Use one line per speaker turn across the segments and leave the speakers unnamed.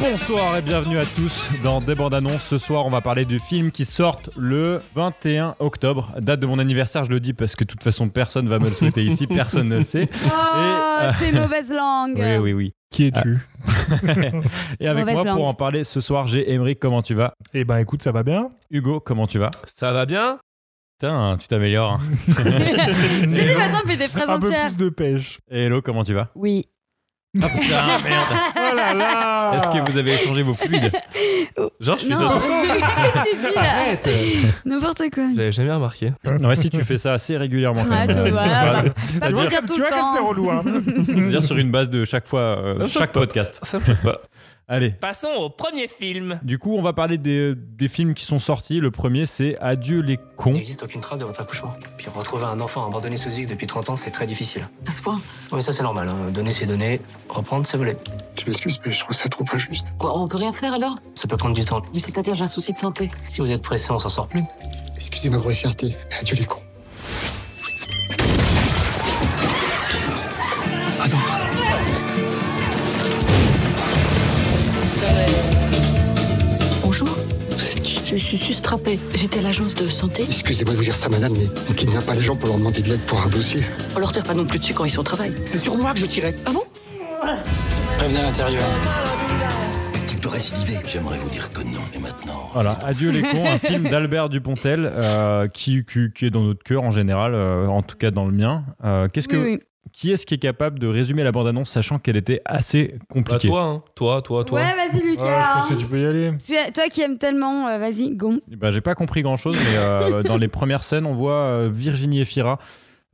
Bonsoir et bienvenue à tous dans Des bandes annonces. Ce soir, on va parler du film qui sort le 21 octobre, date de mon anniversaire. Je le dis parce que de toute façon, personne va me le souhaiter ici, personne ne le sait.
Oh,
euh,
tu es mauvaise langue.
Oui, oui, oui.
Qui es-tu
Et avec
Mauvaise
moi
langue.
pour en parler ce soir, j'ai Émeric. Comment tu vas
Eh ben écoute, ça va bien.
Hugo, comment tu vas
Ça va bien
Putain, tu t'améliores. hein.
J'ai dit maintenant, mais des phrases
Un peu
entières.
plus de pêche.
Et Hello, comment tu vas
Oui.
Putain, merde.
Oh là
Ah.
là
Est-ce que vous avez échangé vos fluides
Genre, je suis
Non,
désolé.
qu'est-ce qu'il dit là N'importe quoi.
J'avais jamais remarqué.
Ouais, si tu fais ça assez régulièrement. quand
Ouais,
même.
tu vois,
Voilà.
bah, Pas
Tu
de
vois,
dire
comme-
tout
tu
le
vois comme c'est
temps.
relou, hein.
Dire sur une base de chaque fois, euh,
Ça me
chaque
choque pas.
podcast.
Ça me choque pas.
Allez,
Passons au premier film.
Du coup, on va parler des, des films qui sont sortis. Le premier, c'est Adieu les
Il
cons.
n'existe aucune trace de votre accouchement. Puis retrouver un enfant abandonné sous X depuis 30 ans, c'est très difficile.
À ce point
Mais ça, c'est normal. hein. Donner, c'est donner. Reprendre, c'est voler.
Je m'excuse, mais je trouve ça trop injuste.
Quoi, on peut rien faire alors
Ça peut prendre du temps.
C'est-à-dire, j'ai un souci de santé.
Si vous êtes pressé, on s'en sort plus.
Excusez ma grossièreté. Adieu les cons.
Bonjour,
Vous êtes qui
je suis sustrapée. J'étais à l'agence de santé.
Excusez-moi de vous dire ça, madame, mais on kidnappe pas les gens pour leur demander de l'aide pour un dossier.
On leur tire pas non plus dessus quand ils sont au travail.
C'est sur moi que je tirais.
Ah bon
Prévenez à l'intérieur. Est-ce qu'il peut récidiver J'aimerais vous dire que non, mais maintenant.
Voilà, Adieu les cons, un film d'Albert Dupontel euh, qui, qui, qui est dans notre cœur en général, euh, en tout cas dans le mien. Euh, Qu'est-ce que,
Oui, oui.
Qui est-ce qui est capable de résumer la bande-annonce sachant qu'elle était assez
Bah,
compliquée
toi, hein. Toi, toi, toi.
Ouais, vas-y,
Ouais, je
Lucas.
pense que tu peux y aller.
Tu es- Toi qui aimes tellement, euh, vas-y, gon.
Bah, J'ai pas compris grand-chose, mais euh, dans les premières scènes, on voit euh, Virginie Efira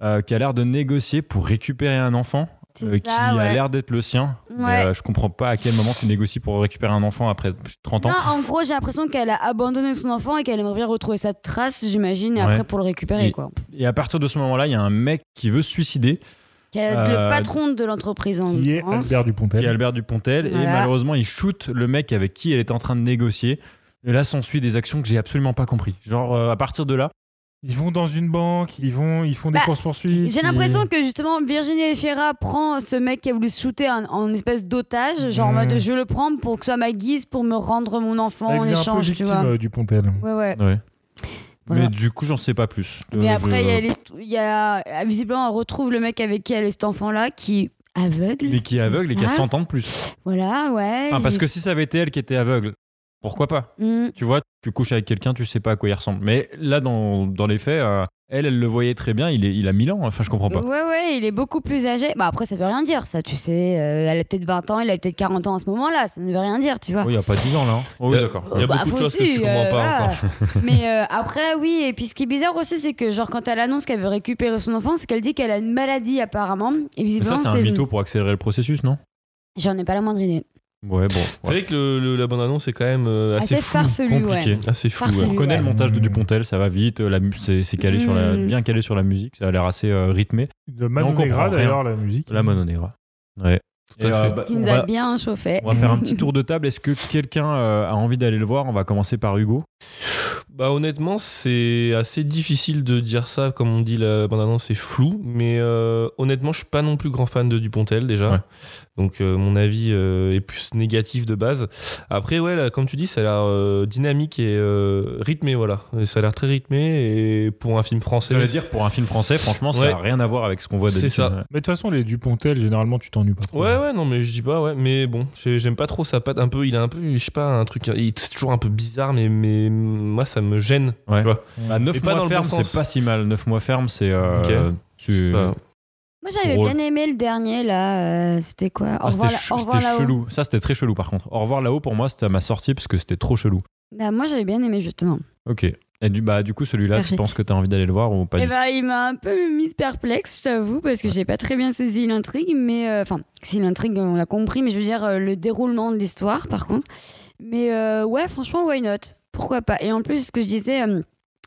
euh, qui a l'air de négocier pour récupérer un enfant.
C'est
euh, qui
ça,
a
ouais.
l'air d'être le sien. Mais,
Ouais.
euh, je comprends pas à quel moment tu négocies pour récupérer un enfant après 30 ans.
Non, en gros, j'ai l'impression qu'elle a abandonné son enfant et qu'elle aimerait bien retrouver sa trace, j'imagine, et
Ouais.
après pour le récupérer,
Et-
quoi.
Et à partir de ce moment-là, il y a un mec qui veut se suicider,
Qui est
Euh,
le patron de l'entreprise en
Qui est
France.
Albert
qui est
Dupontel.
Albert Dupontel, et
Voilà.
malheureusement, il shoot le mec avec qui elle était en train de négocier. Et là, s'ensuit des actions que j'ai absolument pas compris. Genre, euh, à partir de là,
Ils vont dans une banque, ils vont, ils font des
Bah,
courses poursuites.
J'ai l'impression que justement Virginie Efira prend ce mec qui a voulu se shooter en, en espèce d'otage, genre en
Mm.
mode je le prends pour que ce soit ma guise pour me rendre mon enfant en échange, tu vois.
euh, Dupontel.
Ouais, ouais. Voilà.
mais du coup, j'en sais pas plus.
Mais
Euh,
après,
je-
il y a l'histo- il y, a. Visiblement, on retrouve le mec avec qui elle est cet enfant-là qui est aveugle.
Mais qui est
c'est
aveugle et qui a
ça
100 ans de plus.
Voilà, ouais.
Enfin, parce
j'ai-
que si ça avait été elle qui était aveugle, pourquoi pas
Mm.
Tu vois, tu couches avec quelqu'un, tu sais pas à quoi il ressemble. Mais là, dans, dans les faits, euh, elle, elle le voyait très bien, il, est, il a 1000 ans. Enfin, je comprends pas.
Ouais, ouais, il est beaucoup plus âgé. Bah, après, ça veut rien dire, ça, tu sais. euh, elle a peut-être 20 ans, il a peut-être 40 ans à ce moment-là, ça ne veut rien dire, tu vois.
Oui, il y a pas 10 ans là. hein. Oh, oui,
Euh,
d'accord.
Il y a
Bah,
beaucoup de
faut
choses que
aussi,
tu comprends
euh,
pas
voilà.
encore.
Mais euh, après, oui, et puis ce qui est bizarre aussi, c'est que, genre, quand elle annonce qu'elle veut récupérer son enfant, c'est qu'elle dit qu'elle a une maladie, apparemment. Et ben,
Mais ça,
visiblement,
c'est un
c'est.
mytho pour accélérer le processus, non
J'en ai pas la moindre idée.
Ouais, bon.
Vous savez que le, le- la bande-annonce est quand même euh, assez,
Assez
fou.
farfelu, ouais.
Ah, Compliqué.
Assez fou,
Farfelu.
On
ouais.
Oui,
reconnaît
ouais.
le montage de Dupontel, ça va vite, euh, la mu- c'est c'est calé sur la,
Mm.
bien calé sur la musique, ça a l'air assez euh, rythmé.
De
Mais on
Manon Negra,
comprend rien.
d'ailleurs, la musique.
La Mano Negra. Ouais.
Tout à
Et,
fait.
bah,
Qui
on,
nous a
va,
bien chauffé.
on va faire un petit tour de table. Est-ce que quelqu'un euh, a envie d'aller le voir On va commencer par Hugo.
Bah honnêtement, c'est assez difficile de dire ça, comme on dit la bande-annonce est flou, mais euh, honnêtement, je suis pas non plus grand fan de Dupontel déjà.
Ouais.
Donc euh, mon avis euh, est plus négatif de base. Après ouais, là, comme tu dis, ça a l'air euh, dynamique et euh, rythmé voilà. Et ça a l'air très rythmé et pour un film français.
J'allais dire, pour un film français, franchement, ça
Ouais.
n'a rien à voir avec ce qu'on voit
C'est
d'habitude.
ça.
Ouais.
Mais de toute façon, les Dupontel, généralement, tu t'ennuies pas trop.
Ouais ouais non mais je dis pas ouais mais bon j'ai- j'aime pas trop sa patte un peu il a un peu je sais pas un truc il est toujours un peu bizarre mais mais moi ça me gêne
Ouais.
tu vois
Bah, 9
Et pas
mois
dans le bon
ferme,
sens.
c'est pas si mal. 9 mois ferme, c'est. euh,
Ok.
tu-
Bah,
Moi, j'avais
Drôle.
bien aimé le dernier, là. euh, c'était quoi Au
Ah, c'était
revoir, là-
ch-
au revoir
c'était
là-haut.
chelou. Ça, c'était très chelou par contre. Au revoir là-haut, pour moi, c'était à ma sortie parce que c'était trop chelou.
Bah, moi, j'avais bien aimé, justement.
Ok. Et du, bah, du coup, celui-là,
Merci.
tu penses que t'as envie d'aller le voir ou pas
Eh
du
ben, il m'a un peu mise perplexe, je t'avoue, parce que j'ai pas très bien saisi l'intrigue, mais euh, enfin, si l'intrigue, on a compris, mais je veux dire euh, le déroulement de l'histoire, par contre. Mais euh, ouais, franchement, why not Pourquoi pas Et en plus, ce que je disais. euh,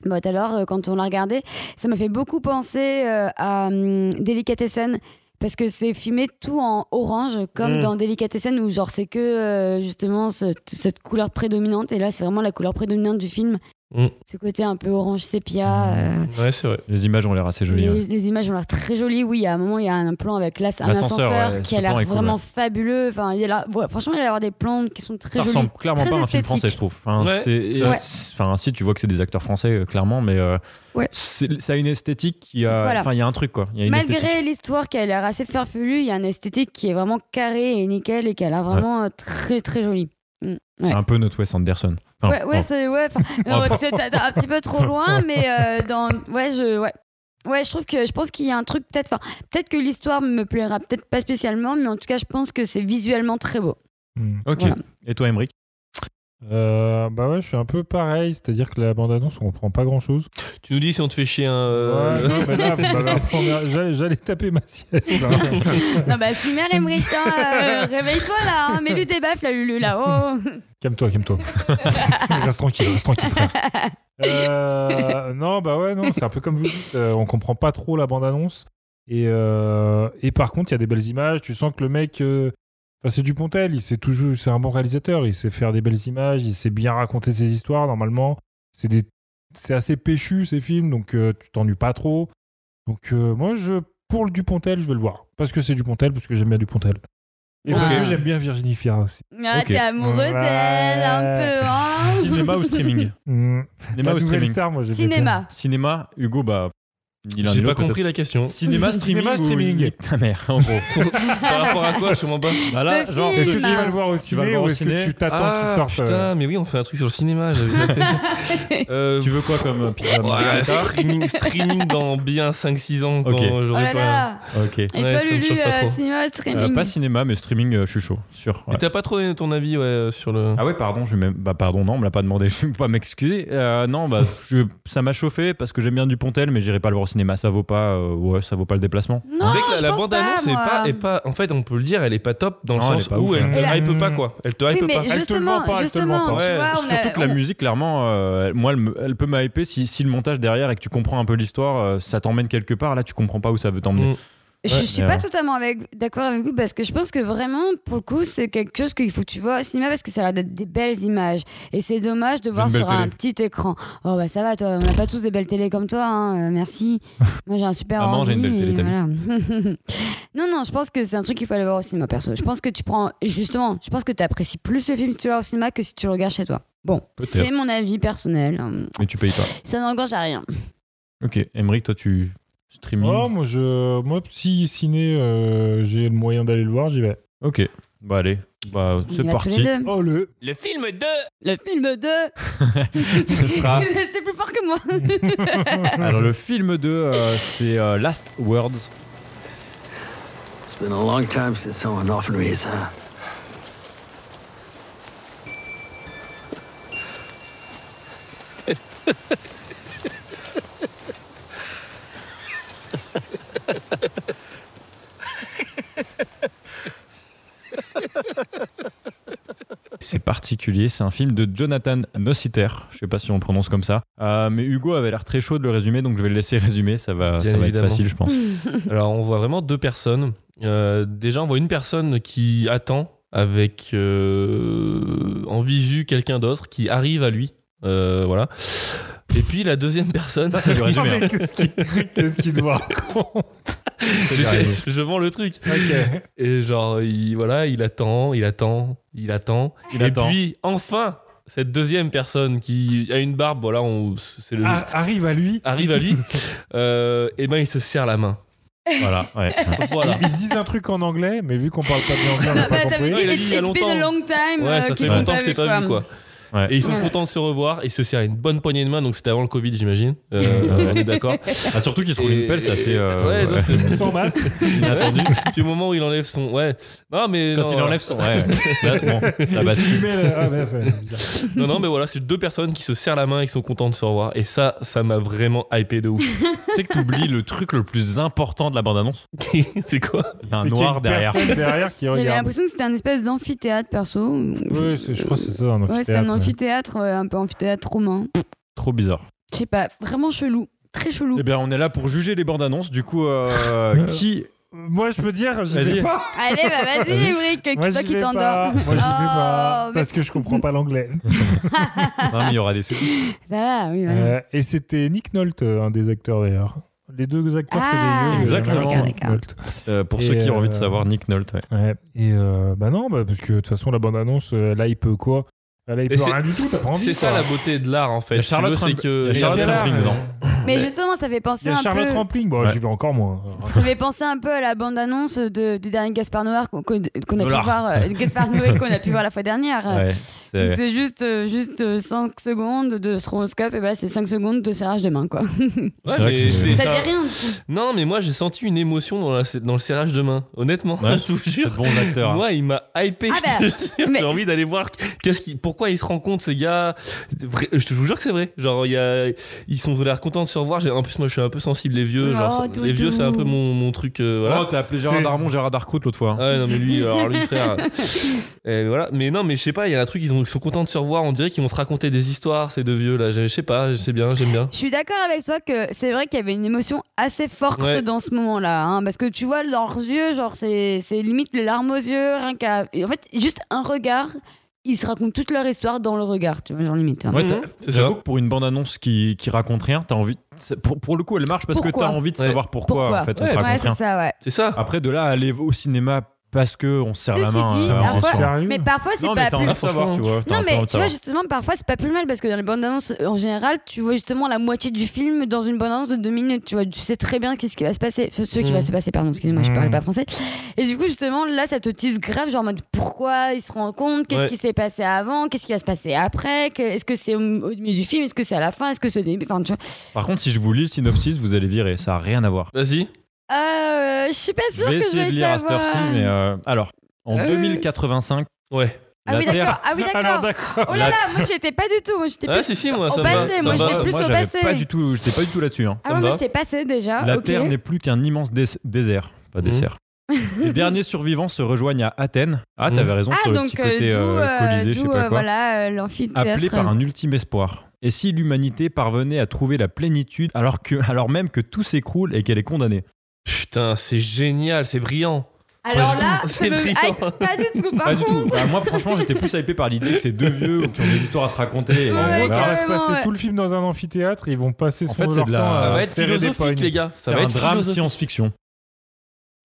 bah, tout à l'heure, euh, quand on l'a regardé, ça m'a fait beaucoup penser euh, à hum, Delicatessen parce que c'est filmé tout en orange, comme
Mm.
dans Delicatessen où genre c'est que euh, justement ce- cette couleur prédominante et là c'est vraiment la couleur prédominante du film.
Mm.
Ce côté un peu orange sépia. euh,
Ouais, c'est vrai.
coup Les images ont l'air assez jolies. hein.
les,
ouais.
les images ont l'air très jolies. Oui, à un moment, il y a un plan avec l'as- un
L'ascenseur,
ascenseur
ouais,
qui
ce
a l'air
plan est cool,
vraiment
ouais.
fabuleux. Enfin, il y a l'air- ouais, franchement, il y a l'air des plans qui sont très
Ça
jolis.
ressemble clairement
très
pas à un film
esthétique.
français, je trouve. Enfin,
Ouais.
c'est- et
Ouais.
c'est- enfin, si, tu vois que c'est des acteurs français, euh, clairement, mais euh,
Ouais.
c'est- ça a une esthétique qui a.
Voilà.
Enfin, il y a un truc, quoi. Il y a une
Malgré
esthétique.
l'histoire qui a l'air assez farfelue, il y a un esthétique qui est vraiment carré et nickel et qui a l'air vraiment euh, très très jolie. Mm, ouais.
C'est un peu notre Wes Anderson. Enfin,
Ouais, ouais,
bon.
c'est ouais, enfin, euh, t'es- t'es- t'es un petit peu trop loin, mais euh, dans ouais, je ouais. Ouais, je trouve que je pense qu'il y a un truc peut-être enfin, peut-être que l'histoire me plaira peut-être pas spécialement, mais en tout cas, je pense que c'est visuellement très beau.
Hmm.
Ok.
Voilà.
Et toi, Emmerich
Euh, bah ouais, je suis un peu pareil, c'est-à-dire que la bande-annonce, on comprend pas grand-chose.
Tu nous dis si on te fait chier hein, un. Euh.
Ouais, non, mais là, vous m'avez un peu emmerdé. J'allais- J'allais taper ma sieste. hein. là.
Non bah si mère Emmerich, hein, euh, réveille-toi là, hein, mets-lui des baffes là Lulu là. Oh.
Calme-toi, calme-toi. reste tranquille, reste tranquille, frère. Euh, non, bah ouais, non, c'est un peu comme vous dites. euh, on comprend pas trop la bande-annonce. Et, euh, et par contre, il y a des belles images. Tu sens que le mec. euh, Enfin, c'est Dupontel, il sait toujours, c'est un bon réalisateur, il sait faire des belles images, il sait bien raconter ses histoires normalement. C'est des, c'est assez péchu ces films, donc euh, tu t'ennuies pas trop. Donc euh, moi, je pour le Dupontel, je vais le voir parce que c'est Dupontel, parce que j'aime bien Dupontel. Et parce
Ah.
que j'aime bien Virginie Fira aussi.
Ah,
Ok.
t'es amoureux d'elle un
Ouais.
peu. Hein
Cinéma ou streaming
Mmh.
Cinéma ou
La nouvelle
streaming
star, moi, j'ai bien aimé.
Cinéma.
Cinéma, Hugo, bah. Il a
J'ai pas compris la question.
Cinéma, streaming.
Cinéma,
ou
streaming.
nique Ta mère, en gros.
Par rapport à quoi, je comprends pas.
Bah là,
Ce
genre,
film.
Est-ce que tu
Cinéma.
vas le voir au
vas le
ciné
voir au
ou est-ce
ciné
que tu t'attends qu'il
ah,
sorte
putain,
euh,
mais oui, on fait un truc sur le cinéma. j'avais zappé. Euh,
tu veux quoi comme euh, pizza
ouais,
margarita
streaming, streaming dans bien 5-6 ans quand
Ok.
Oh
j'aurai
là
pas.
là.
Ok.
Et
Ouais,
toi
ça me
Lulu,
chauffe pas
euh,
trop.
cinéma
Euh,
streaming.
pas cinéma, mais streaming, euh, je suis chaud, sûr. ouais.
Mais t'as pas trop donné ton avis ouais, euh, sur le.
Ah ouais, pardon, je vais même... bah pardon, non, on me l'a pas demandé, je vais pas m'excuser. Euh, non, bah je- ça m'a chauffé parce que j'aime bien Dupontel, mais j'irai pas le voir au cinéma, ça vaut pas, euh, ouais, ça vaut pas le déplacement.
Non,
c'est que la,
je
la
pense
bande annonce
moi.
est pas, est pas. En fait, on peut le dire, elle est pas top dans
Non, elle
le
est
sens
pas
où
ouf,
elle
ouais.
te
Et la-
hype pas quoi. Elle te hype
Oui,
pas.
mais
Elle te le vend
justement,
pas, elle te le vend
justement,
pas.
tu
Ouais,
vois, on a-
Surtout que la
on-
musique, clairement, euh, moi, elle, me- elle peut m'hyper si, si le montage derrière et que tu comprends un peu l'histoire, euh, ça t'emmène quelque part. Là, tu comprends pas où ça veut t'emmener.
Mm.
Je
Ouais,
suis
mais,
pas
euh,
totalement avec- d'accord avec vous parce que je pense que vraiment, pour le coup, c'est quelque chose qu'il faut que tu vois au cinéma parce que ça a l'air d'être des belles images. Et c'est dommage de voir
D'une
sur
belle
un petit écran. Oh bah ça va, toi, on n'a pas tous des belles télés comme toi, hein, euh, merci. Moi j'ai un super
Maman,
ordi,
j'ai une belle télé,
et
t'as vu.
voilà. Non, non, je pense que c'est un truc qu'il faut aller voir au cinéma perso. Je pense que tu prends. Justement, je pense que tu apprécies plus le film si tu le vois au cinéma que si tu le regardes chez toi. Bon,
Peut-être.
c'est mon avis personnel.
Mais tu payes pas.
Ça n'engage à rien.
Ok, Emmerich, toi, tu streaming.
Oh, moi, je, moi, si ciné, euh, j'ai le moyen d'aller le voir, j'y vais.
Ok, bah allez, bah
On y
c'est
va tous
parti.
les deux.
Oh le.
Le film 2
Le film de.
Ce sera-
C'est plus fort que moi.
Alors le film 2, c'est euh, Last Words.
It's been a long time since someone offered me his hand.
C'est particulier, c'est un film de Jonathan Nociter. Je sais pas si on le prononce comme ça. Euh, mais Hugo avait l'air très chaud de le résumer, donc je vais le laisser résumer. Ça
Bien
va, ça va être
évidemment.
facile, je pense.
Alors, on voit vraiment deux personnes. Euh, déjà, on voit une personne qui attend avec euh, en visu quelqu'un d'autre qui arrive à lui. Euh, voilà. Et puis la deuxième personne.
Ça, c'est du résumé. hein.
Mais Qu'est-ce qu'il qu'est-ce qu'il doit
Mais c'est- je vends le truc.
Ok.
Et genre, il, voilà, il attend, il attend, il attend.
hein. Il
et
attend.
puis, enfin, cette deuxième personne qui a une barbe, voilà, on, c'est le,
Ah, arrive à lui.
arrive à lui, euh, et ben il se serre la main.
Voilà, ouais.
Voilà.
Ils se disent un truc en anglais, mais vu qu'on parle pas bien anglais, on
Non,
n'a pas
mais Bah, ça veut
Ouais, il
compris.
dire
a
it's,
dit il y a
it's been a
longtemps.
long time
Ouais,
euh,
ça
qu'ils
fait
sont
longtemps que je t'ai pas vu, quoi.
Ouais.
Et ils sont contents de se revoir et se serrent une bonne poignée de main. Donc c'était avant le Covid, j'imagine. Euh, on est d'accord.
Ah, surtout qu'il se roule
Et-
une pelle, c'est assez. euh,
ouais, non, c'est-
Sans masque.
inattendu. Puis au moment où il enlève son. Ouais. Non, mais.
Quand
non,
il
voilà.
enlève son. Ouais, Là, bon, ça bascule.
Fumée, là. Ah, ouais, c'est bizarre.
Non, non, mais voilà, c'est deux personnes qui se serrent la main et qui sont contentes de se revoir. Et ça, ça m'a vraiment hypé de ouf.
Tu sais que t'oublies le truc le plus important de la bande-annonce
c'est quoi
Il y a un
C'est qu'il y a
noir
une
derrière.
personne derrière qui
J'avais
regarde.
l'impression que c'était un espèce d'amphithéâtre perso.
Oui, c'est- je crois que c'est ça, un amphithéâtre.
Ouais, c'était un
ouais.
amphithéâtre, ouais, un peu amphithéâtre romain.
Trop bizarre.
Je sais pas, vraiment chelou. Très chelou.
Eh bien, on est là pour juger les bandes-annonces. Du coup, euh, qui.
Moi, je peux dire, je
Vas-y.
vais pas.
Allez, bah vas-y, Ébric,
Moi,
c'est
j'y
toi qui
vais pas.
t'endors.
Moi, j'y vais pas.
Oh, mais-
Parce que je comprends pas l'anglais.
Non, mais il y aura des sous
Ça va, oui, voilà.
Euh, et c'était Nick Nolte, euh, un des acteurs d'ailleurs. Les deux acteurs,
Ah,
c'est des vieux,
Exactement.
mais vraiment, Nick
D'accord,
Nolte.
Euh, pour
Et
ceux qui ont
euh,
envie de savoir, Nick Nolte. ouais.
Ouais. Et euh, bah non, bah, parce que de toute façon, la bande-annonce, euh, là, il peut quoi Là, il
Et
peut
c'est-
rien du tout, t'as pas envie.
C'est ça
quoi.
la beauté de l'art en
Il y
fait.
a Charlotte
Si tu veux, c'est que.
Ramb- il y a Charlotte
Il y a
Rampling
Charlotte
dedans.
Mais justement, ça fait penser
Il y a
un
Charlotte
peu.
Rampling, bon,
Ouais.
j'y vais encore moins.
Ça fait penser un peu à la bande-annonce de- du dernier Gaspard Noir qu'on qu'on a pu
Noir.
voir, euh, Gaspard Noé qu'on a pu voir la fois dernière.
Ouais,
Donc
c'est-
c'est juste, euh, juste 5 secondes de stroboscope et voilà, c'est 5 secondes de serrage de main quoi.
Ouais,
C'est vrai
mais
que c'est-
c'est
ça
ça.
dit rien. du tout.
Non, mais moi j'ai senti une émotion dans, la- dans le serrage de main. Honnêtement,
Ouais.
je vous
c'est
jure.
de bons acteurs. hein.
Moi, il m'a hypé.
Ah
je te jure.
mais-
J'ai envie d'aller voir qu'est-ce qui, pourquoi ils se rencontrent ces gars. Vrai- je te vous jure que c'est vrai. Genre, il y a, ils sont ont l'air contents de se revoir. J'ai- En plus, moi, je suis un peu sensible les vieux. Genre,
Oh,
ça- les
doudou.
vieux, c'est un peu mon, mon truc. euh, voilà.
Oh, t'as appelé Gérard
C'est-
Darmon, Gérard Darcourt l'autre fois. hein.
Ah ouais, non mais lui, alors lui frère. Et voilà. Mais non mais je sais pas, il y a un truc ils, ont- ils sont contents de se revoir. On dirait qu'ils vont se raconter des histoires ces deux vieux là. Je je sais pas, je sais bien, j'aime bien.
Je suis d'accord avec toi que c'est vrai qu'il y avait une émotion assez forte
Ouais.
dans ce moment-là. hein, parce que tu vois leurs yeux, genre c'est c'est limite les larmes aux yeux. Rien qu'à- et en fait, juste un regard, ils se racontent toute leur histoire dans le regard. Tu vois, genre limite. hein.
Ouais,
Mhm.
t'as-
c'est ça.
J'avoue que pour une bande-annonce qui, qui raconte rien, t'as envie. c'est- Pour, pour le coup, elle marche parce
Pourquoi
que t'as envie de
Ouais.
savoir pourquoi,
Pourquoi
en fait, on
Ouais,
te
Ouais,
raconte rien.
c'est ça, ouais.
C'est ça.
Après, de là à aller au cinéma parce que on se serre la
Ceci
main.
dit,
euh,
parfois-
on se sent-
Sérieux
Mais parfois, c'est
non, mais
pas
t'as
plus
envie de savoir, tu vois. t'as
Non,
un peu
mais
envie de
tu vois,
savoir.
justement, parfois, c'est pas plus mal parce que dans les bandes annonces, en général, tu vois justement la moitié du film dans une bande annonce de deux minutes. Tu vois, tu sais très bien qu'est-ce qui va se passer. Ce, ce qui
Mm.
Mmh.
va se passer, pardon, excusez-moi, je parle
Mm.
pas français. Et du coup, justement, là, ça te tisse grave, genre en mode pourquoi ils se rencontrent, qu'est-ce
Ouais.
qui s'est passé avant, qu'est-ce qui va se passer après, que- est-ce que c'est au, au milieu du film, est-ce que c'est à la fin, est-ce que c'est au début. Enfin, tu vois.
Par contre, si je vous lis le synopsis, vous allez virer. Ça a rien à voir.
Vas-y.
Euh, je suis pas
Je
sûre
vais
que je
essayer
vais
de lire à cette
savoir.
heure-ci, mais euh, alors, en
Euh.
2085,
Ouais.
Ah
la
oui,
Terre.
d'accord. Ah oui,
Alors,
d'accord.
d'accord.
Oh là
La-
là, moi j'étais pas du tout. Moi j'étais
Ah
plus.
si si moi
au
ça me
passé,
va.
moi,
ça me
j'étais
va.
plus
moi,
au
j'avais
passé.
Pas du tout, j'étais pas du tout là-dessus. hein.
Ah
Ça
ouais,
me
moi
va.
j'étais passé déjà.
La
Ah, ok.
Terre n'est plus qu'un immense dés- désert. Pas
Mhm.
dessert. Les derniers survivants se rejoignent à Athènes. Ah, t'avais
Mhm.
raison
Ah,
sur le
donc
petit
euh,
côté
d'où,
euh,
euh,
Colisée, je sais
d'où,
pas
euh,
quoi.
voilà euh,
appelé
l'amphithéâtre.
par un ultime espoir. Et si l'humanité parvenait à trouver la plénitude alors, que, alors même que tout s'écroule et qu'elle est condamnée
Putain, c'est génial, c'est brillant.
Alors
Pas du
là,
tout.
ça
C'est
me
brillant.
hype pas du tout. Par
Pas du
contre,
tout. Bah, moi, franchement, j'étais plus hypé par l'idée que ces deux vieux qui ont des histoires à se raconter. et-
En
Ouais,
gros, ça va se
carrément,
passer
ouais.
tout le film dans un amphithéâtre. Ils vont passer
En
son
fait, c'est
leur
de la-
temps à
Ça
Euh,
va être
serrer des
philosophique
poignes.
les gars. Ça
C'est
va
un
être
drame
philosophique.
science-fiction.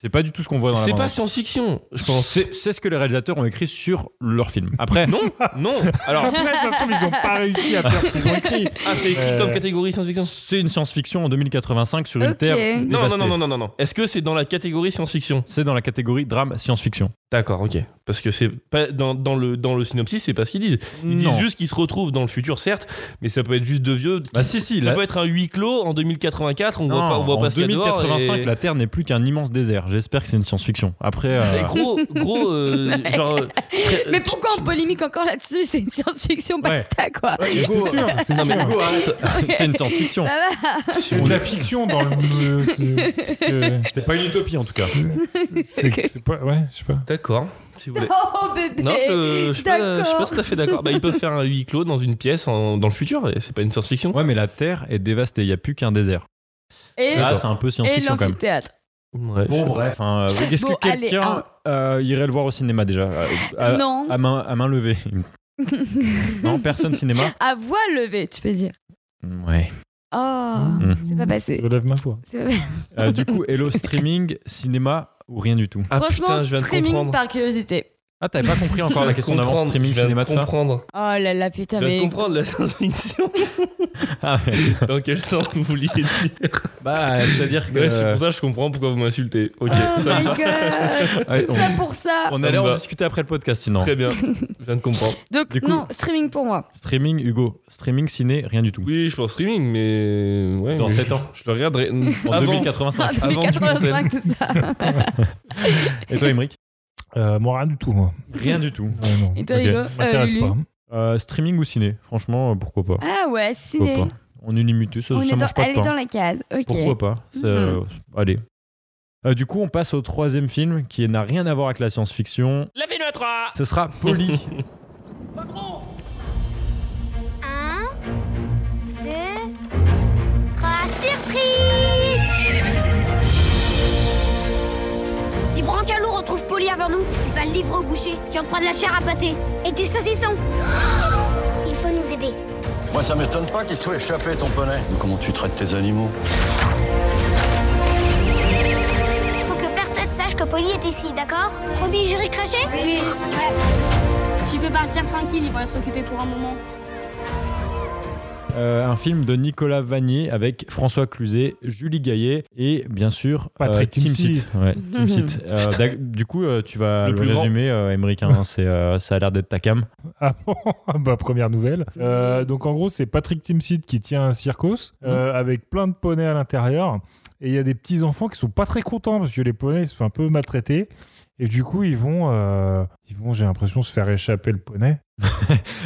C'est pas du tout ce qu'on voit dans la
C'est
bande-annonce.
pas science-fiction, je pense.
C'est c'est ce que les réalisateurs ont écrit sur leur film. Après,
Non, non. Alors,
Après, ça se trouve, ils ont pas réussi à faire ce qu'ils ont écrit.
ah, c'est écrit
Euh,
comme catégorie science-fiction.
c'est une science-fiction en 2085 sur une
Ok.
terre
Non, non,
Non, non,
dévastée.
non, non, non, non, non. Est-ce que c'est dans la catégorie science-fiction
C'est dans la catégorie drame science-fiction.
D'accord, ok. Parce que c'est pas dans, dans le dans le synopsis, c'est pas ce qu'ils disent. Ils
Non.
disent juste qu'ils se retrouvent dans le futur, certes, mais ça peut être juste deux vieux. qui-
Bah si si,
ça
la-
peut être un huis clos en 2084. On voit
Non,
pas, on voit
en
pas ce qu'il y a dehors,
2085,
et-
la Terre n'est plus qu'un immense désert. J'espère que c'est une science-fiction. Après, euh,
Et gros, gros, euh, genre. euh, très-
Mais pourquoi on polémique encore là-dessus C'est une science-fiction basta quoi.
C'est sûr, c'est
Non, mais
sûr.
c'est une science-fiction.
Ça va
C'est de la fiction dans le. euh, c'est- parce que-
C'est pas une utopie en tout cas.
C'est- C'est c'est pas. Ouais, je sais pas.
D'accord, si vous voulez.
Oh bébé.
Non, je, je suis pas, je suis pas
D'accord.
tout à fait d'accord. Bah, ils peuvent faire un huis clos dans une pièce en- dans le futur, et c'est pas une science-fiction.
Ouais, mais la Terre est dévastée. Il y a plus qu'un désert.
Et,
Là, c'est un peu
et
science-fiction quand même.
l'amphithéâtre.
Ouais, je-
Bon, bref. hein, euh, Est-ce
Bon,
que
allez,
quelqu'un euh, irait le voir au cinéma déjà euh, à,
Non,
à main, à main levée. non, personne cinéma
à voix levée, tu peux dire.
Ouais.
Oh,
Hmm.
Hmm.
c'est pas passé.
Je lève ma voix.
C'est pas-
Euh, du coup, hello streaming, cinéma ou rien du tout
Ah
Franchement,
putain, je viens de
streaming
comprendre.
par curiosité.
Ah, t'avais pas compris encore la question d'avant streaming cinéma de fin
comprendre.
Oh là là, putain,
Tu vas
mais.
comprendre la science-fiction.
Ah, ouais.
Dans quel sens vous vouliez
Euh,
dire
Bah, c'est-à-dire que.
Ouais, C'est pour ça que je comprends pourquoi vous m'insultez. Ok,
Oh
ça
my
va.
god
Ouais,
Tout
on-
ça pour ça
euh, On allait
Ça me
en
va.
discuter après le podcast sinon.
Très bien, je viens de comprendre.
Donc,
Du coup-
non, streaming pour moi.
Streaming, Hugo. Streaming, ciné, rien du tout.
Oui, je pense streaming, mais. Ouais,
Dans
mais
sept
je-
ans.
Je le regarderai.
En 2085.
Avant que tu m'en
2085,
prennes.
c'est ça.
Et toi, Emric
Euh, moi, rien du tout, moi.
Rien du tout.
Ouais, non.
Et toi,
Ok,
Hugo Euh,
M'intéresse
Lulu
pas.
Euh, streaming ou ciné Franchement, euh, pourquoi pas
Ah ouais,
Pourquoi
ciné.
pas On unimute, ça,
On
ça
est dans,
mange pas
elle
de
est
pain.
dans Mhm. la case. Ok.
Pourquoi pas Ça, euh, Allez. Euh, du coup, on passe au troisième film qui n'a rien à voir avec la science-fiction. La film à 3 Ce sera Polly.
Un, deux, trois, surprise
Si Brancalo retrouve Polly avant nous, il va le livrer au boucher qui en fera de la chair à pâté.
Et du saucisson Il faut nous aider.
Moi, ça m'étonne pas qu'il soit échappé, ton poney. Comment tu traites tes animaux
Faut que personne sache que Polly est ici, d'accord Promis, j'irai cracher Oui.
Tu peux partir tranquille, ils vont être occupés pour un moment.
Euh, un film de Nicolas Vanier avec François Cluzet, Julie Gaillet et bien sûr euh,
Patrick Timsit.
Ouais, Timsit. Euh, d'ac- du coup, euh, tu vas
Le
le,
plus grand.
résumer, euh, Emmerich, hein, c'est, euh, ça a l'air d'être ta cam.
Ah bon Bah, première nouvelle.
Mmh.
Euh, donc, en gros, c'est Patrick Timsit qui tient un circus euh, avec plein de poneys à l'intérieur. Et il y a des petits-enfants qui sont pas très contents parce que les poneys ils se font un peu maltraiter. Et du coup, ils vont, euh, ils vont j'ai l'impression, se faire échapper le poney.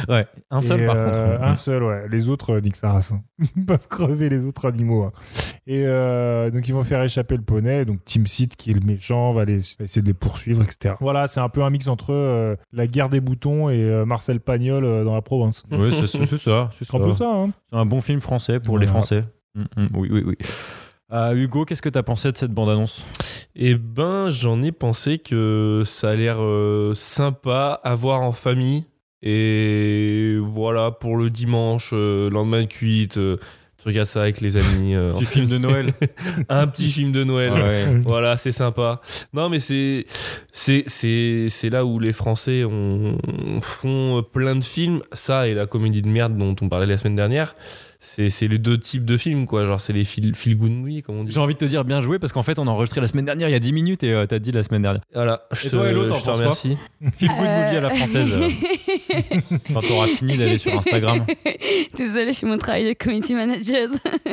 Ouais, un seul
Et,
par contre.
euh, Un seul, ouais. Les autres, euh, nique sa race. hein. Ils peuvent crever les autres animaux. hein. Et euh, donc, ils vont faire échapper le poney. Donc, Team Seed, qui est le méchant, va, les, va essayer de les poursuivre, etc. Voilà, c'est un peu un mix entre euh, la guerre des boutons et euh, Marcel Pagnol euh, dans la Provence.
Ouais, c'est, c'est- c'est ça. C'est,
C'est un
ça.
peu ça, hein.
C'est un bon film français pour les
Voilà.
Français. Mm, mm, oui, oui, oui. Euh, Hugo, qu'est-ce que t'as pensé de cette bande-annonce
Eh ben, j'en ai pensé que ça a l'air euh, sympa à voir en famille. Et voilà, pour le dimanche, euh, lendemain de cuite, euh, tu regardes ça avec les amis. euh, en
Du film de Noël.
un petit film de Noël.
Ouais.
Voilà, c'est sympa. Non, mais c'est c'est c'est c'est là où les Français ont, font plein de films. Ça et la comédie de merde dont on parlait la semaine dernière. C'est c'est les deux types de films quoi. Genre c'est les feel feel good movie comme on dit.
J'ai envie de te dire bien joué parce qu'en fait, on a enregistré la semaine dernière il y a 10 minutes et euh, t'as dit la semaine dernière.
Voilà. Je
Et toi,
te,
Hello,
je te
t'en penses quoi
remercie.
Feel good movie à la française. euh, quand t'auras fini d'aller sur Instagram.
Euh, Désolée, je suis mon travail de community manager.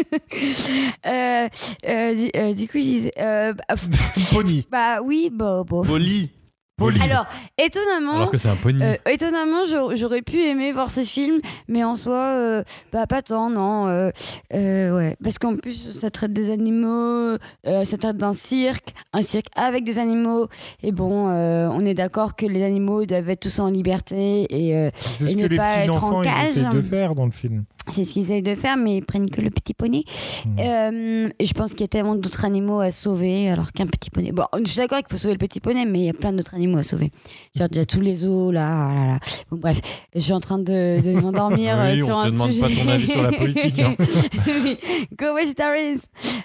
Euh, euh, du, euh, du coup, je disais. euh, bah, pff,
Pony.
bah oui, bon, bon.
Poli.
Poli.
Alors, étonnamment.
Alors que c'est un pony.
euh, étonnamment, j'aur- j'aurais pu aimer voir ce film, mais en soi, euh, bah pas tant, non. euh, euh, ouais, parce qu'en plus, ça traite des animaux, euh, ça traite d'un cirque, un cirque avec des animaux. Et bon, euh, on est d'accord que les animaux doivent être tous en liberté et euh,
C'est ce
Et
que
ne
les
pas
petits
être en
enfants ils
cage.
essaient de faire dans le film.
C'est ce qu'ils essayent de faire, mais ils prennent que le petit poney.
Mmh.
Mm.
Euh, et je pense qu'il y a tellement d'autres animaux à sauver, alors qu'un petit poney. Bon, je suis d'accord qu'il faut sauver le petit poney, mais il y a plein d'autres animaux à sauver. Genre, déjà tous les os, là, là, là. Bon, bref, je suis en train de, de m'endormir
Oui,
euh, sur
on
un
te demande
sujet.
pas ton avis sur la politique, hein.
Oui. Go végétarisme.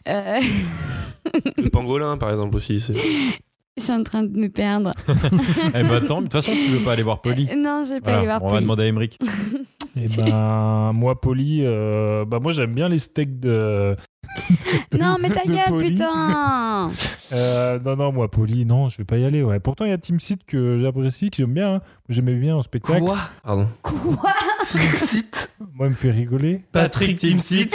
Euh,
Le pangolin par exemple aussi. c'est-
je suis en train de me perdre.
Eh ben attends, de toute façon, tu veux pas aller voir Polly.
Non, je vais Euh, pas
Voilà,
aller voir
on va
Polly.
demander à Emmerich.
Et ben, moi, Poli, euh, bah, moi, j'aime bien les steaks de.
Non, mais ta
de
gueule,
Polly.
putain
Euh, non, non, moi, Poli, non, je vais pas y aller. Ouais. Pourtant, il y a Team Seed que j'apprécie, que j'aime bien. hein. J'aimais bien en spectacle.
Pardon.
Quoi
Moi, il me fait rigoler.
Patrick Timsit.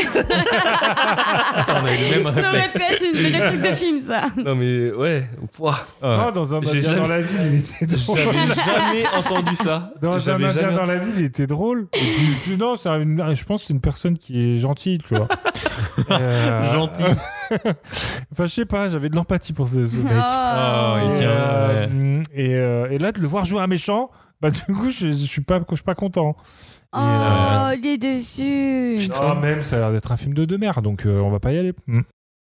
on a eu le même
Ça aurait
réflexe.
pu être une réplique de film, ça
non mais ouais. Pouah.
Ah,
Ah,
dans un
J'ai
Indien
jamais-
dans la ville, il était drôle.
J'avais jamais entendu ça.
Dans un
J'avais
Indien
jamais
dans la ville, il était drôle. Et puis, tu- non, c'est un- je pense que c'est une personne qui est gentille, tu vois. Euh,
Gentil.
Enfin, je sais pas, j'avais de l'empathie pour ce, ce mec.
Oh, il
Et,
tient,
euh,
ouais.
mm, et, euh, et là, de le voir jouer un méchant, bah du coup, je, je suis pas, je suis pas content.
Oh,
euh,
il est dessus
Non, oh, même, ça a l'air d'être un film de deux mères, donc euh, on va pas y aller. Mm.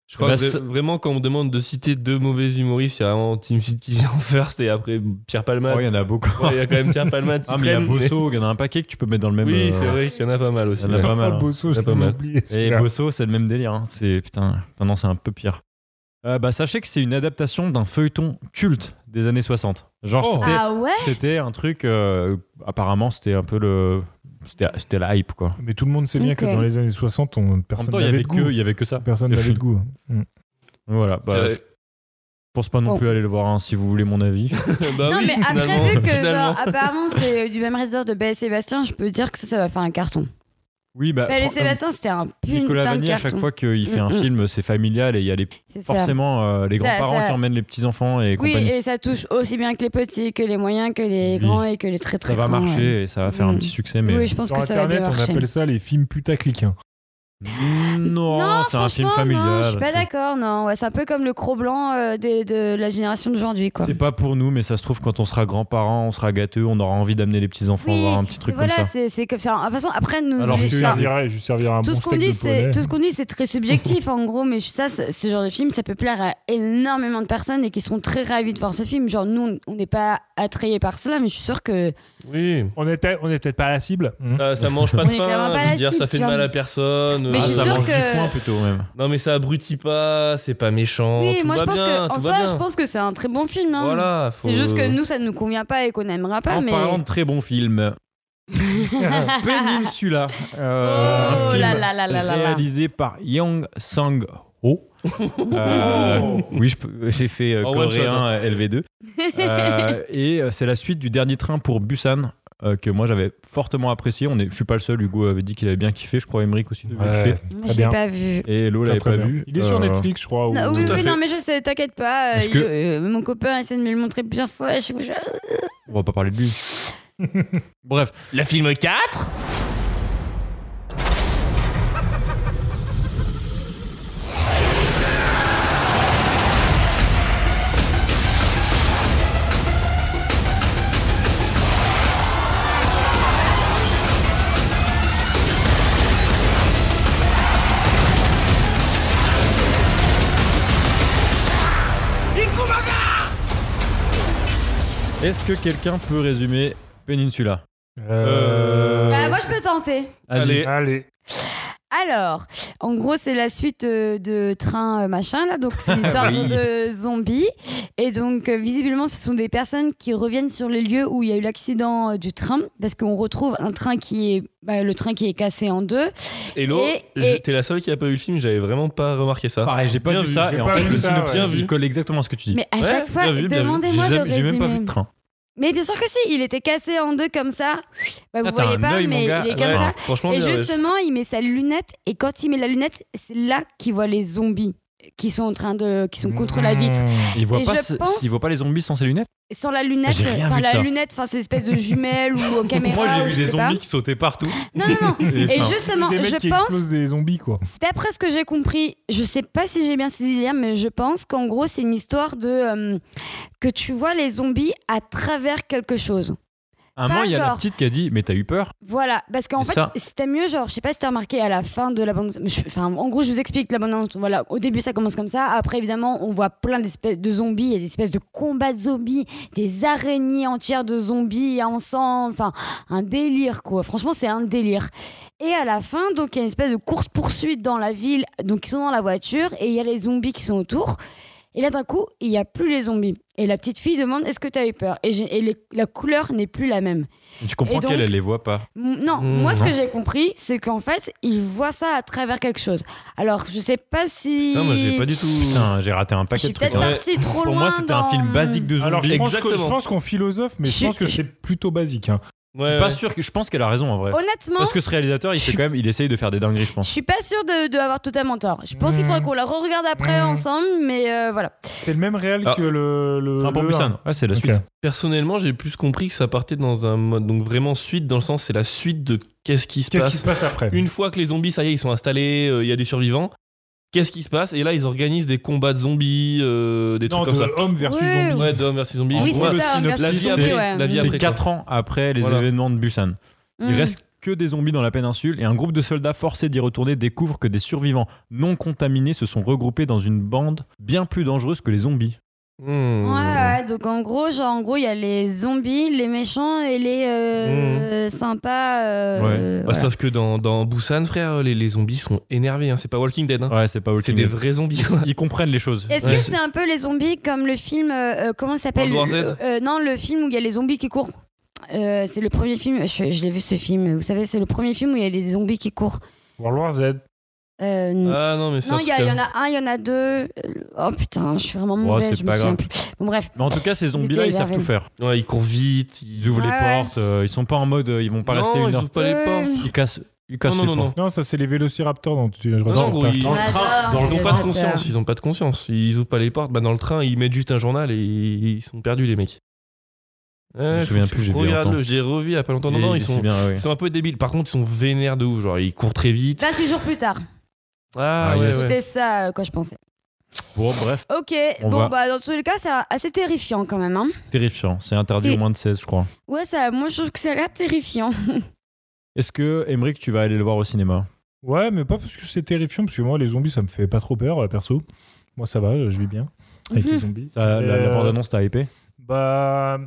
Je crois
Bah,
que vra-
c'est-
vraiment, quand on me demande de citer deux mauvais humoristes, il y a vraiment Team Seed qui vient en first et après Pierre Palman.
Oh, il y en a beaucoup.
Ouais, Il y a quand même Pierre Palman qui
Ah, mais il y a
traîne, mais-
Bosso, il y en a un paquet que tu peux mettre dans le même.
Oui,
euh,
c'est vrai qu'il y en a pas mal aussi.
Il y en a
ouais.
pas mal.
Oh,
hein.
Bosso,
C'est
je
pas
l'ai
mal.
oublié,
Et
celui-là.
Bosso, c'est le même délire. hein. C'est putain. Non, non, c'est un peu pire. Euh, bah, sachez que c'est une adaptation d'un feuilleton culte des années 60. Genre,
Oh.
c'était,
Ah ouais
c'était un truc. euh, apparemment, c'était un peu le. C'était, c'était la hype, quoi.
Mais tout le monde sait bien que
Ok.
dans les années 60, on,
En
personne
même temps, il y
n'avait
avait
de
que,
goût.
il y avait que ça.
Personne n'avait de goût. Mm.
Voilà. Bah,
Euh,
je pense pas non
Oh.
plus aller le voir hein, si vous voulez mon avis. Ah
bah
non,
oui,
mais après,
finalement,
vu que
finalement.
genre, apparemment c'est euh, du même ressort de Belle et Sébastien, je peux dire que ça, ça va faire un carton.
oui, bah.
Belle et
fran-
Sébastien, c'était un
Nicolas
putain de
Vanier, à
carton.
chaque fois qu'il fait un
Mm-mm.
film, c'est familial et il y a les,
C'est Mm, ça.
forcément euh, les
Ça,
grands-parents
ça-
qui emmènent les petits-enfants et
Oui,
compagnie.
et ça touche aussi bien que les petits, que les moyens, que les
Oui.
grands et que les très très
ça va
grands,
marcher
ouais.
et ça va faire un
Mm.
petit succès, mais.
Oui, je pense
Sur
que ça va bien
Internet, on
marcher.
appelle ça les films putaclic. hein.
Mm, Non, c'est un film
franchement,
familial.
Non, je suis pas d'accord, non. Ouais, c'est un peu comme le croc blanc euh, des- de la génération d'aujourd'hui, quoi.
C'est pas pour nous, mais ça se trouve, quand on sera grands-parents, on sera gâteux, on aura envie d'amener les petits-enfants
Oui,
voir un petit truc
voilà,
comme ça.
c'est- c'est comme ça. De toute façon, après, nous.
Alors,
nous-
Je
je-
lui
ça-
servirai, je lui servirai un
tout,
bon
ce qu'on
steak
dit,
de
c'est,
poney.
tout ce qu'on dit, c'est très subjectif, en gros. Mais je- ça, c'est- ce genre de film, ça peut plaire à énormément de personnes et qui sont très ravies de voir ce film. Genre, nous, on n'est pas attrayés par cela, mais je suis sûre que.
Oui.
On est peut- on est peut-être pas à la cible. Mm.
Ça, ça mange pas
On est
de
clairement
pain,
pas
je veux
la
dire,
cible,
ça fait
tu
de
vois.
mal à personne.
Mais
euh,
je suis
ça
ça
sûre
mange-
mange
que-
du foin plutôt, même.
Non, mais ça abrutit pas, c'est pas méchant.
oui,
Oh, tout
moi,
va
je pense
bien,
que. En
tout
soi,
va bien.
je pense que c'est un très bon film. hein.
Voilà, faut-
C'est juste que nous, ça ne nous convient pas et qu'on n'aimera pas.
en
mais...
parlant de très bons films, Peninsula, euh,
Oh
un film
là là là là là là.
réalisé par Yang Sang Ho.
Oh.
Euh, oui, je peux- j'ai fait euh,
En one shot,
coréen
hein.
euh, LV2. Euh, et euh, c'est la suite du dernier train pour Busan. euh, que moi j'avais fortement apprécié. On est, je suis pas le seul. Hugo avait dit qu'il avait bien kiffé. Je crois Emmerich aussi devait
Ouais,
kiffer.
Moi,
très
je l'ai
bien.
pas vu.
Et Lo
Très,
l'avait
très
pas
bien.
vu.
Il est sur
Euh,
Netflix, je crois. ou-
Non, oui,
Oh, Tout à
oui,
fait.
non, mais je sais, t'inquiète pas. euh,
Parce que-
il- euh, mon copain essaie de me le montrer plusieurs fois. à chaque fois, je-
On va pas parler de lui. Bref,
Le film 4
est-ce que quelqu'un peut résumer Peninsula
Euh,
Euh, moi, je peux tenter.
Vas-y.
Allez.
Alors, en gros, c'est la suite euh, de Train euh, Machin, là. Donc, c'est l'histoire
Oui.
de zombies. Et donc, euh, visiblement, ce sont des personnes qui reviennent sur les lieux où il y a eu l'accident euh, du train. Parce qu'on retrouve un train qui est. bah, le train qui est cassé en deux.
Hello,
Et-
je-
et-
t'es la seule qui a pas eu le film, j'avais vraiment pas remarqué ça.
Pareil, j'ai pas
Bien
vu
vu,
ça.
j'ai
Et en
pas
fait,
vu
le
ça,
synopsis,
ouais.
il colle exactement ce que tu dis.
Mais à
Ouais,
chaque fois,
bien vu, bien vu.
J'ai
demandez-moi de
jamais- J'ai
résumer.
même pas vu le train.
Mais bien sûr que si, il était cassé en deux comme ça. Bah, vous
Ah, t'as
voyez
un
pas,
œil, mon
mais
gars.
il est comme
Ouais,
ça.
Franchement,
Et
bien, ouais.
justement, il met sa lunette et quand il met la lunette, c'est là qu'il voit les zombies qui sont en train de qui sont contre
Mmh.
la vitre.
Mmh.
Il voit
Et
pas,
je
ce-
pense-
il voit pas les zombies sans ses lunettes.
Et sans la lunette,
Bah, J'ai rien
enfin
vu de
la
ça.
lunette, enfin c'est espèce de jumelle ou caméra. ou je sais
qui sautaient partout.
Pas. Non non non. Et
enfin,
justement,
des mecs
je
qui
pense,
explosent des zombies, quoi.
d'après ce que j'ai compris, je sais pas si j'ai bien saisi l'idée, mais je pense qu'en gros c'est une histoire de euh, que tu vois les zombies à travers quelque chose.
À un moment, il y a la
genre-
petite qui a dit Mais t'as eu peur
Voilà, parce qu'en
Mais
fait,
ça-
c'était mieux, genre, je sais pas si t'as remarqué à la fin de la bande. je- Enfin, en gros, je vous explique la bande annonce. Voilà, au début, ça commence comme ça. Après, évidemment, on voit plein d'espèces de zombies. Il y a des espèces de combats de zombies, des araignées entières de zombies ensemble. Enfin, un délire, quoi. Franchement, c'est un délire. Et à la fin, donc, il y a une espèce de course-poursuite dans la ville. Donc, ils sont dans la voiture et il y a les zombies qui sont autour. Et là, d'un coup, il n'y a plus les zombies. Et la petite fille demande Est-ce que t'as eu peur Et, j'ai- et les- la couleur n'est plus la même.
Tu comprends
Et donc-
qu'elle, elle les voit pas.
M- Non,
Mmh,
moi ce que
non.
j'ai compris, c'est qu'en fait, il voit ça à travers quelque chose. Alors, je sais pas si.
Putain, moi j'ai pas du tout.
Putain, j'ai raté un
Je
paquet
suis
de trucs.
peut-être
Ouais.
hein.
partie trop
Pour
loin.
moi, c'était un
dans-
film basique de zombies.
Alors, je pense que- je
Exactement.
pense qu'on philosophe, mais je
Je-
pense que
je-
c'est plutôt basique. hein.
Je
Ouais,
suis pas
ouais.
sûr que je pense qu'elle a raison en vrai.
Honnêtement,
Parce que ce réalisateur, il fait quand même, il essaye de faire des dingueries, je
je
pense.
suis pas sûre de, de avoir totalement tort. Je pense qu'il
Mmh.
faudrait qu'on la re-regarde après
Mmh.
ensemble, mais euh, voilà.
C'est le même réel
Ah.
que le. le
Train pour
le
Busan. Ouais, c'est la
Ok.
suite.
Personnellement, j'ai plus compris que ça partait dans un mode. Donc vraiment suite, dans le sens, c'est la suite de qu'est-ce qui se
Qu'est-ce qui
passe.
se passe après
Une fois que les zombies, ça y est, ils sont installés, euh, il y a des survivants. Qu'est-ce qui se passe Et là, ils organisent des combats de zombies, euh, des
Non,
trucs comme
de homme versus
Ouais,
zombie.
ça. Ouais, d'hommes versus zombies.
Oui,
Je vois
c'est
le
ça, versus
synopsis. La vie
zombies,
après,
ouais.
la vie
C'est
après, quoi.
4 ans après les
Voilà.
événements de Busan. Il
Mmh.
reste que des zombies dans la péninsule et un groupe de soldats forcés d'y retourner découvre que des survivants non contaminés se sont regroupés dans une bande bien plus dangereuse que les zombies.
Hmm.
Ouais, ouais, donc en gros, genre, en gros, il y a les zombies, les méchants et les euh,
Mmh.
sympas. euh,
Ouais. Bah,
voilà.
Sauf que dans, dans Busan, frère, les, les zombies sont énervés. hein. C'est pas Walking Dead. hein.
Ouais, c'est pas
C'est
Ah, Walking
des
Dead.
vrais zombies.
Ils- Ils comprennent les choses.
Est-ce
Ouais.
que c'est un peu les zombies comme le film euh, euh, comment ça s'appelle
World War
Le-
Z?
euh, Non, le film où il y a les zombies qui courent. Euh, c'est le premier film. Je, je l'ai vu ce film. Vous savez, c'est le premier film où il y a les zombies qui courent.
World War Z.
Euh,
Ah non, mais c'est
non,
un
il
truc
y, a- il y
à-
en a un, il y en a deux. Euh, Oh putain, je suis vraiment
Ouais,
mauvaise.
c'est
je me
pas
souviens
grave.
plus. Bon bref.
Mais en tout cas, ces zombies-là,
étaient
ils savent
énervés.
tout faire.
Ouais, ils courent vite. Ils...
Ils ouvrent
Ouais,
les
ouais.
portes, euh, ils sont pas en mode, euh, ils vont pas
non,
rester une
ils
heure.
ouvrent pas les
Ouais.
portes.
Ils cassent, ils cassent
non,
les
non,
portes.
non.
Non, ça, c'est les Vélociraptors dans je
Non,
regarde
non, gros,
pas.
ils-
Dans le
J'adore,
train, dans le
c'est
Ils ont
train.
pas de
J'adore.
conscience, ils ont pas de conscience. Ils ouvrent pas les portes. Bah, dans le train, ils mettent juste un journal et ils sont perdus, les mecs. Je
me souviens plus, j'ai vu longtemps.
Regarde, j'ai revu il y a pas longtemps. Non, non,
Et
ils
c'est
sont,
bien, ouais.
ils sont un peu débiles. Par contre, ils sont vénères de ouf. Genre, ils courent très vite.
28 jours plus tard.
Ah,
Ah,
ouais,
yes.
ouais.
C'était ça euh, quoi je pensais.
Bon, bref,
Ok,
On
bon
va-
bah dans tous les cas, c'est assez terrifiant quand même. Hein.
terrifiant. C'est interdit au
Et-
moins de 16, je crois.
Ouais, ça, moi je trouve que ça a l'air terrifiant.
Est-ce que, Emmerich, tu vas aller le voir au cinéma
Ouais, mais pas parce que c'est terrifiant, parce que moi, les zombies, ça me fait pas trop peur, euh, perso. Moi, ça va, euh, je vis bien avec les
Mhm.
zombies.
T'as- La, la
Euh,
bande-annonce t'a hypé
Bah.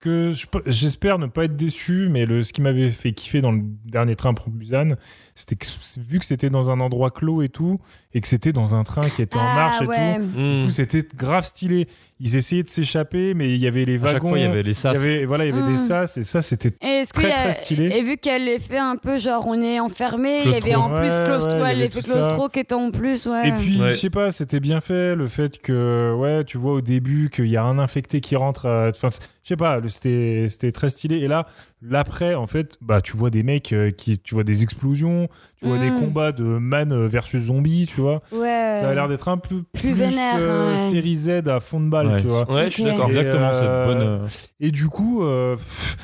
Que je peux- j'espère ne pas être déçu, mais le, ce qui m'avait fait kiffer dans le dernier train pour Busan, c'était que vu que c'était dans un endroit clos et tout, et que c'était dans un train qui était en
Ah,
marche et tout, du
Hmm.
coup, c'était grave stylé. Ils essayaient de s'échapper, mais il y avait les
À chaque
wagons.
fois, il y avait les
il
sas.
y avait- voilà, il y avait des
Mm.
sas, et ça, c'était
Et est-ce
Très,
qu'il y a-
très stylé.
Et vu qu'elle est fait un peu genre on est enfermé, il y avait en
Claustro.
plus
Ouais,
claustro,
ouais, il y avait
l'effet
tout ça.
claustro qui était en plus, ouais.
Et puis,
Ouais.
je sais pas, c'était bien fait, le fait que, ouais, tu vois au début qu'il y a un infecté qui rentre, euh, enfin, c'est- je sais pas, le- c'était c'était très stylé. Et là, l'après, en fait, bah, tu vois des mecs euh, qui, tu vois des explosions, tu vois
Mm.
des combats de man euh, versus zombie, tu vois.
ouais.
Ça a l'air d'être un peu plus,
vénère, hein,
euh,
ouais.
série Z à fond de balle,
Ouais.
tu vois.
Ouais, je suis
Ok.
d'accord.
Exactement,
Et,
cette
euh,
bonne. euh,
Et du coup, euh, pff,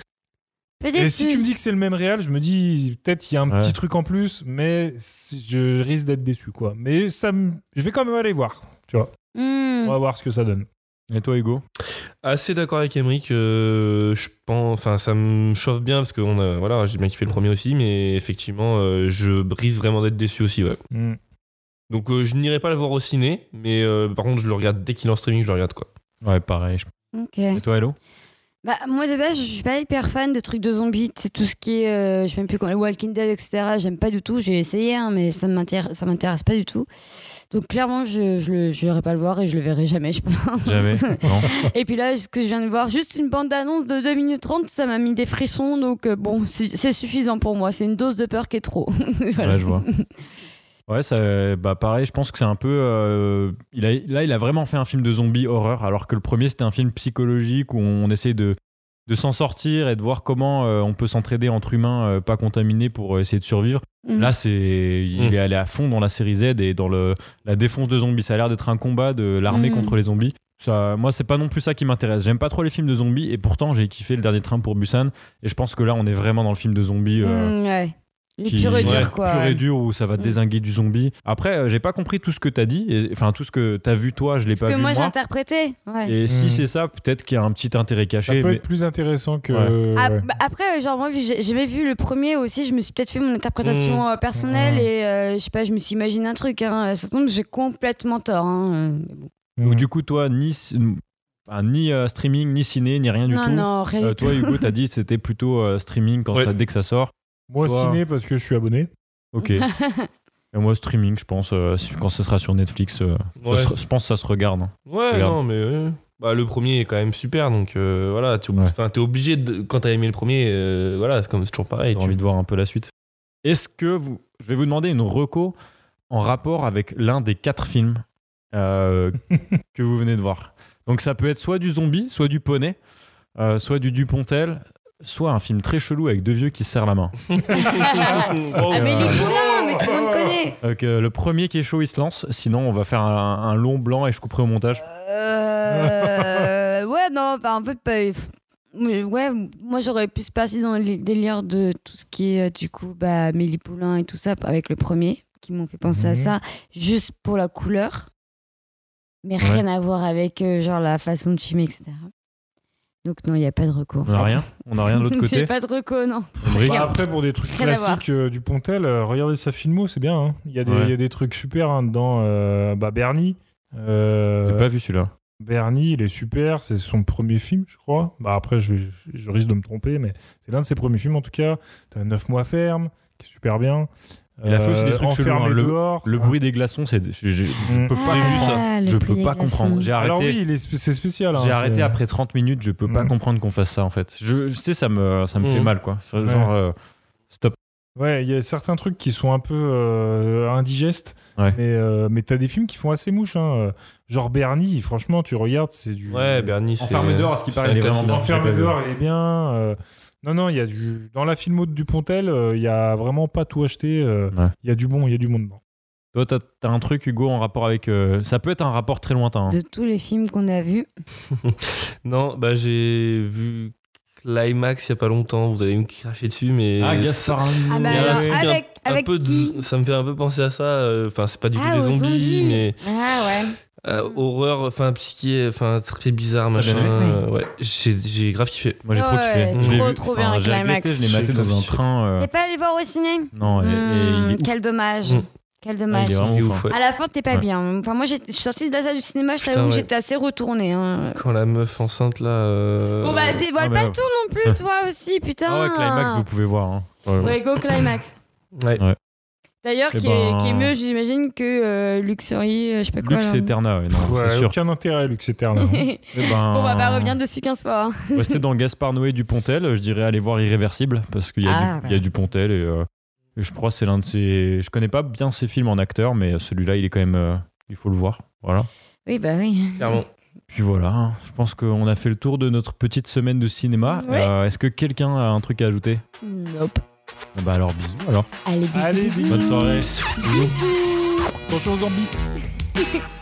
Peut-être
et si
que-
tu me dis que c'est le même réel, je me dis peut-être il y a un
Ouais.
petit truc en plus, mais c'est- je risque d'être déçu, quoi. Mais ça, me- je vais quand même aller voir. Tu vois,
Hmm.
on va voir ce que ça donne.
Et toi, Hugo
Assez d'accord avec Emmerich. euh, je pense, enfin, ça me chauffe bien parce que on a, voilà, j'ai bien kiffé le premier aussi, mais effectivement, euh, je brise vraiment d'être déçu aussi, ouais.
Mm.
Donc euh, je n'irai pas le voir au ciné, mais euh, par contre je le regarde dès qu'il est en streaming, je le regarde quoi.
Ouais, pareil. je-
Ok.
Et toi, Hello
Bah, moi de base, je suis pas hyper fan de trucs de zombies, c'est tout ce qui est, euh, je sais même plus comment, Walking Dead, etc. J'aime pas du tout. J'ai essayé, hein, mais ça m'intéresse, ça m'intéresse pas du tout. Donc clairement, je, je le, je n'irai pas le voir et je le verrai jamais, je pense.
Jamais. non.
Et puis là, ce que je viens de voir, juste une bande-annonce de 2 minutes 30, ça m'a mis des frissons. Donc euh, bon, c'est c'est suffisant pour moi. C'est une dose de peur qui est trop. voilà.
Ouais, je vois. Ouais, ça, euh, bah pareil, je pense que c'est un peu. euh, il a, là, il a vraiment fait un film de zombie horreur, alors que le premier, c'était un film psychologique où on essaye de, de s'en sortir et de voir comment euh, on peut s'entraider entre humains euh, pas contaminés pour euh, essayer de survivre.
Mm.
Là, c'est, il
Mm.
est allé à fond dans la série Z et dans le, la défonce de zombies. Ça a l'air d'être un combat de l'armée
Mm.
contre les zombies. Ça, moi, c'est pas non plus ça qui m'intéresse. J'aime pas trop les films de zombies et pourtant, j'ai kiffé le dernier train pour Busan. Et je pense que là, on est vraiment dans le film de zombies. euh,
Mm, ouais. Le
qui-
pur et dur,
ouais,
quoi.
pur
ouais.
et dur où ça va
Mm.
désinguer du zombie. Après, euh, j'ai pas compris tout ce que t'as dit, et- enfin tout ce que t'as vu toi, je l'ai
Parce
pas
que
vu
moi,
moi.
j'ai interprété. ouais.
Et
Mm.
si c'est ça, peut-être qu'il y a un petit intérêt
Ça
caché.
peut
mais-
être plus intéressant que.
Ah,
ouais.
bah, Après, euh, genre, moi, vu que j'ai- j'avais vu le premier aussi, je me suis peut-être fait mon interprétation euh, personnelle
Mm.
et euh, je sais pas, je me suis imaginé un truc. Hein. Ça se trouve que j'ai complètement tort. hein.
Mm.
Ou du coup, toi, ni, c- enfin, ni euh, streaming, ni ciné, ni rien du
Non,
tout.
non, rien
Euh,
du tout.
toi, Hugo, t'as dit c'était plutôt euh, streaming quand
Ouais.
ça, dès que ça sort.
Moi,
Toi.
ciné, parce que je suis abonné.
Ok. et moi, streaming, je pense, euh, si- quand ce sera sur Netflix, euh, ça
Ouais,
se re- je pense que ça se regarde. hein.
Ouais,
Regarde.
non mais euh, bah, le premier est quand même super, donc euh, voilà, tu
Ouais.
es obligé de, quand t'as aimé le premier, euh, voilà, c'est comme c'est toujours pareil.
J'ai
tu-
envie de voir un peu la suite. Est-ce que vous. Je vais vous demander une reco en rapport avec l'un des quatre films euh, que vous venez de voir. Donc ça peut être soit du zombie, soit du poney, euh, soit du Dupontel, soit un film très chelou avec deux vieux qui se serrent la main.
Oh,
Ah, mais
Euh,
les poulains, mais tout le monde connaît.
Donc, euh, le premier qui est chaud, il se lance. Sinon, on va faire un, un long blanc et je couperai au montage.
Euh, ouais, non, bah, en fait, bah, pff, mais ouais, moi j'aurais pu se passer dans le délire de tout ce qui est euh, du coup bah, Mélie Poulain et tout ça avec le premier qui m'ont fait penser à
Mhm.
ça, juste pour la couleur, mais rien à voir avec euh, genre la façon de filmer, etc. Donc non, il n'y a pas de recours. en
On n'a
fait.
rien On n'a rien de l'autre
C'est
côté
pas de recours, non.
Brick
Bah, après, pour des trucs
Rien à
classiques euh, du Pontel, euh, regardez sa filmo, c'est bien. hein. Il y, a des-
Ouais.
il y a des trucs super hein, dedans. euh, bah, Bernie. euh,
J'ai pas vu celui-là.
Bernie, il est super, c'est son premier film, je crois. Bah après, je, je risque de me tromper, mais c'est l'un de ses premiers films en tout cas. T'as 9 mois ferme, qui est super bien.
Il a fait aussi des
Euh,
trucs chelous,
Enfermé
hein. Le-
dehors.
Le bruit des glaçons, c'est. Je, je- je peux
Ah
pas
Ah, J'ai
comprendre.
vu ça.
Je peux pas comprendre. J'ai
Alors
arrêté.
oui, il est spé- c'est spécial. hein,
J'ai
c'est-
arrêté après 30 minutes, je peux pas comprendre qu'on fasse ça en fait. Je, tu sais, ça me, ça me
Mhm.
fait mal quoi. Genre,
Ouais.
euh, stop.
Ouais, il y a certains trucs qui sont un peu euh, indigestes,
Ouais.
mais, euh, mais t'as des films qui font assez mouche. hein. Euh, Genre Bernie, franchement, tu regardes, c'est du. Ah,
Ouais, euh, Bernie, c'est-
Enfermé dehors, à ce qui paraît,
c'est
il est vraiment
intéressant.
bien.
Enfermé
J'ai pas vu.
dehors, il est bien. euh, Non, non, il y a du. Dans la filmo de Dupontel, euh, il y a vraiment pas tout acheté. euh, Il
Ouais.
y a du bon, il y a du bon dedans.
Toi, t'as t'as un truc, Hugo, en rapport avec. euh, ça peut être un rapport très lointain. hein.
De tous les films qu'on a vus,
Non, bah j'ai vu Climax il y a pas longtemps, vous allez me cracher dessus, mais.
Ah,
c'est-
Gaspard
il y a
Ah bah
un
alors,
truc un-
avec-
un
avec
peu de-
qui
Ça me fait un peu penser à ça, euh, enfin, c'est pas du tout
Ah,
des
aux
zombies,
zombies.
mais.
Ah ouais.
euh, horreur, enfin, psyché, enfin, très bizarre, machin.
bien aimé
euh, ouais, j'ai j'ai grave kiffé.
Moi, j'ai trop
Ouais,
kiffé. Je l'ai
trop,
vu-
trop
enfin,
bien,
j'ai regretté,
Climax.
Je l'ai maté dans un train. euh,
t'es pas allé le voir au ciné
Non, et, et il est
Hmm,
ouf.
Quel dommage.
Mm.
Quel
Ah,
dommage.
il est vraiment
Il est
ouf,
ouf,
hein.
ouais.
À la fin, t'es pas
Ouais.
bien. Enfin, moi, j'ai- je suis sortie de la salle du cinéma, je
Putain,
t'avoue que
ouais.
j'étais assez retournée. hein.
Quand la meuf enceinte là. euh,
Bon, bah, dévoile
Euh, ah,
pas
bah,
tout non plus, toi aussi, putain.
Ah ouais, Climax, vous pouvez voir. hein. Ouais.
Ouais, go Climax.
Ouais.
D'ailleurs,
Eh
qui,
ben.
est, qui est mieux, j'imagine, que euh, Luxury, euh, je sais pas quoi.
Lux
là.
Eterna, ouais, non, c'est
Ouais,
sûr.
aucun intérêt, Luc hein. Eterna.
Eh ben,
Bon, bah, bah, reviens dessus 15 fois. hein.
Restez dans Gaspard Noé du Pontel, je dirais aller voir Irréversible parce qu'il y, a
Ah,
du-
bah.
il y a du Pontel et, euh, et je crois que c'est l'un de ses. Je connais pas bien ses films en acteur, mais celui-là il est quand même. euh, il faut le voir, voilà.
Oui, bah oui.
Clairement.
Puis voilà, hein. je pense qu'on a fait le tour de notre petite semaine de cinéma.
Ouais.
Euh, Est-ce que quelqu'un a un truc à ajouter
Nope.
Bon, Bah alors bisous alors.
Allez, bisous.
Allez, dis
Bonne soirée.
Attention aux zombies.
Oh,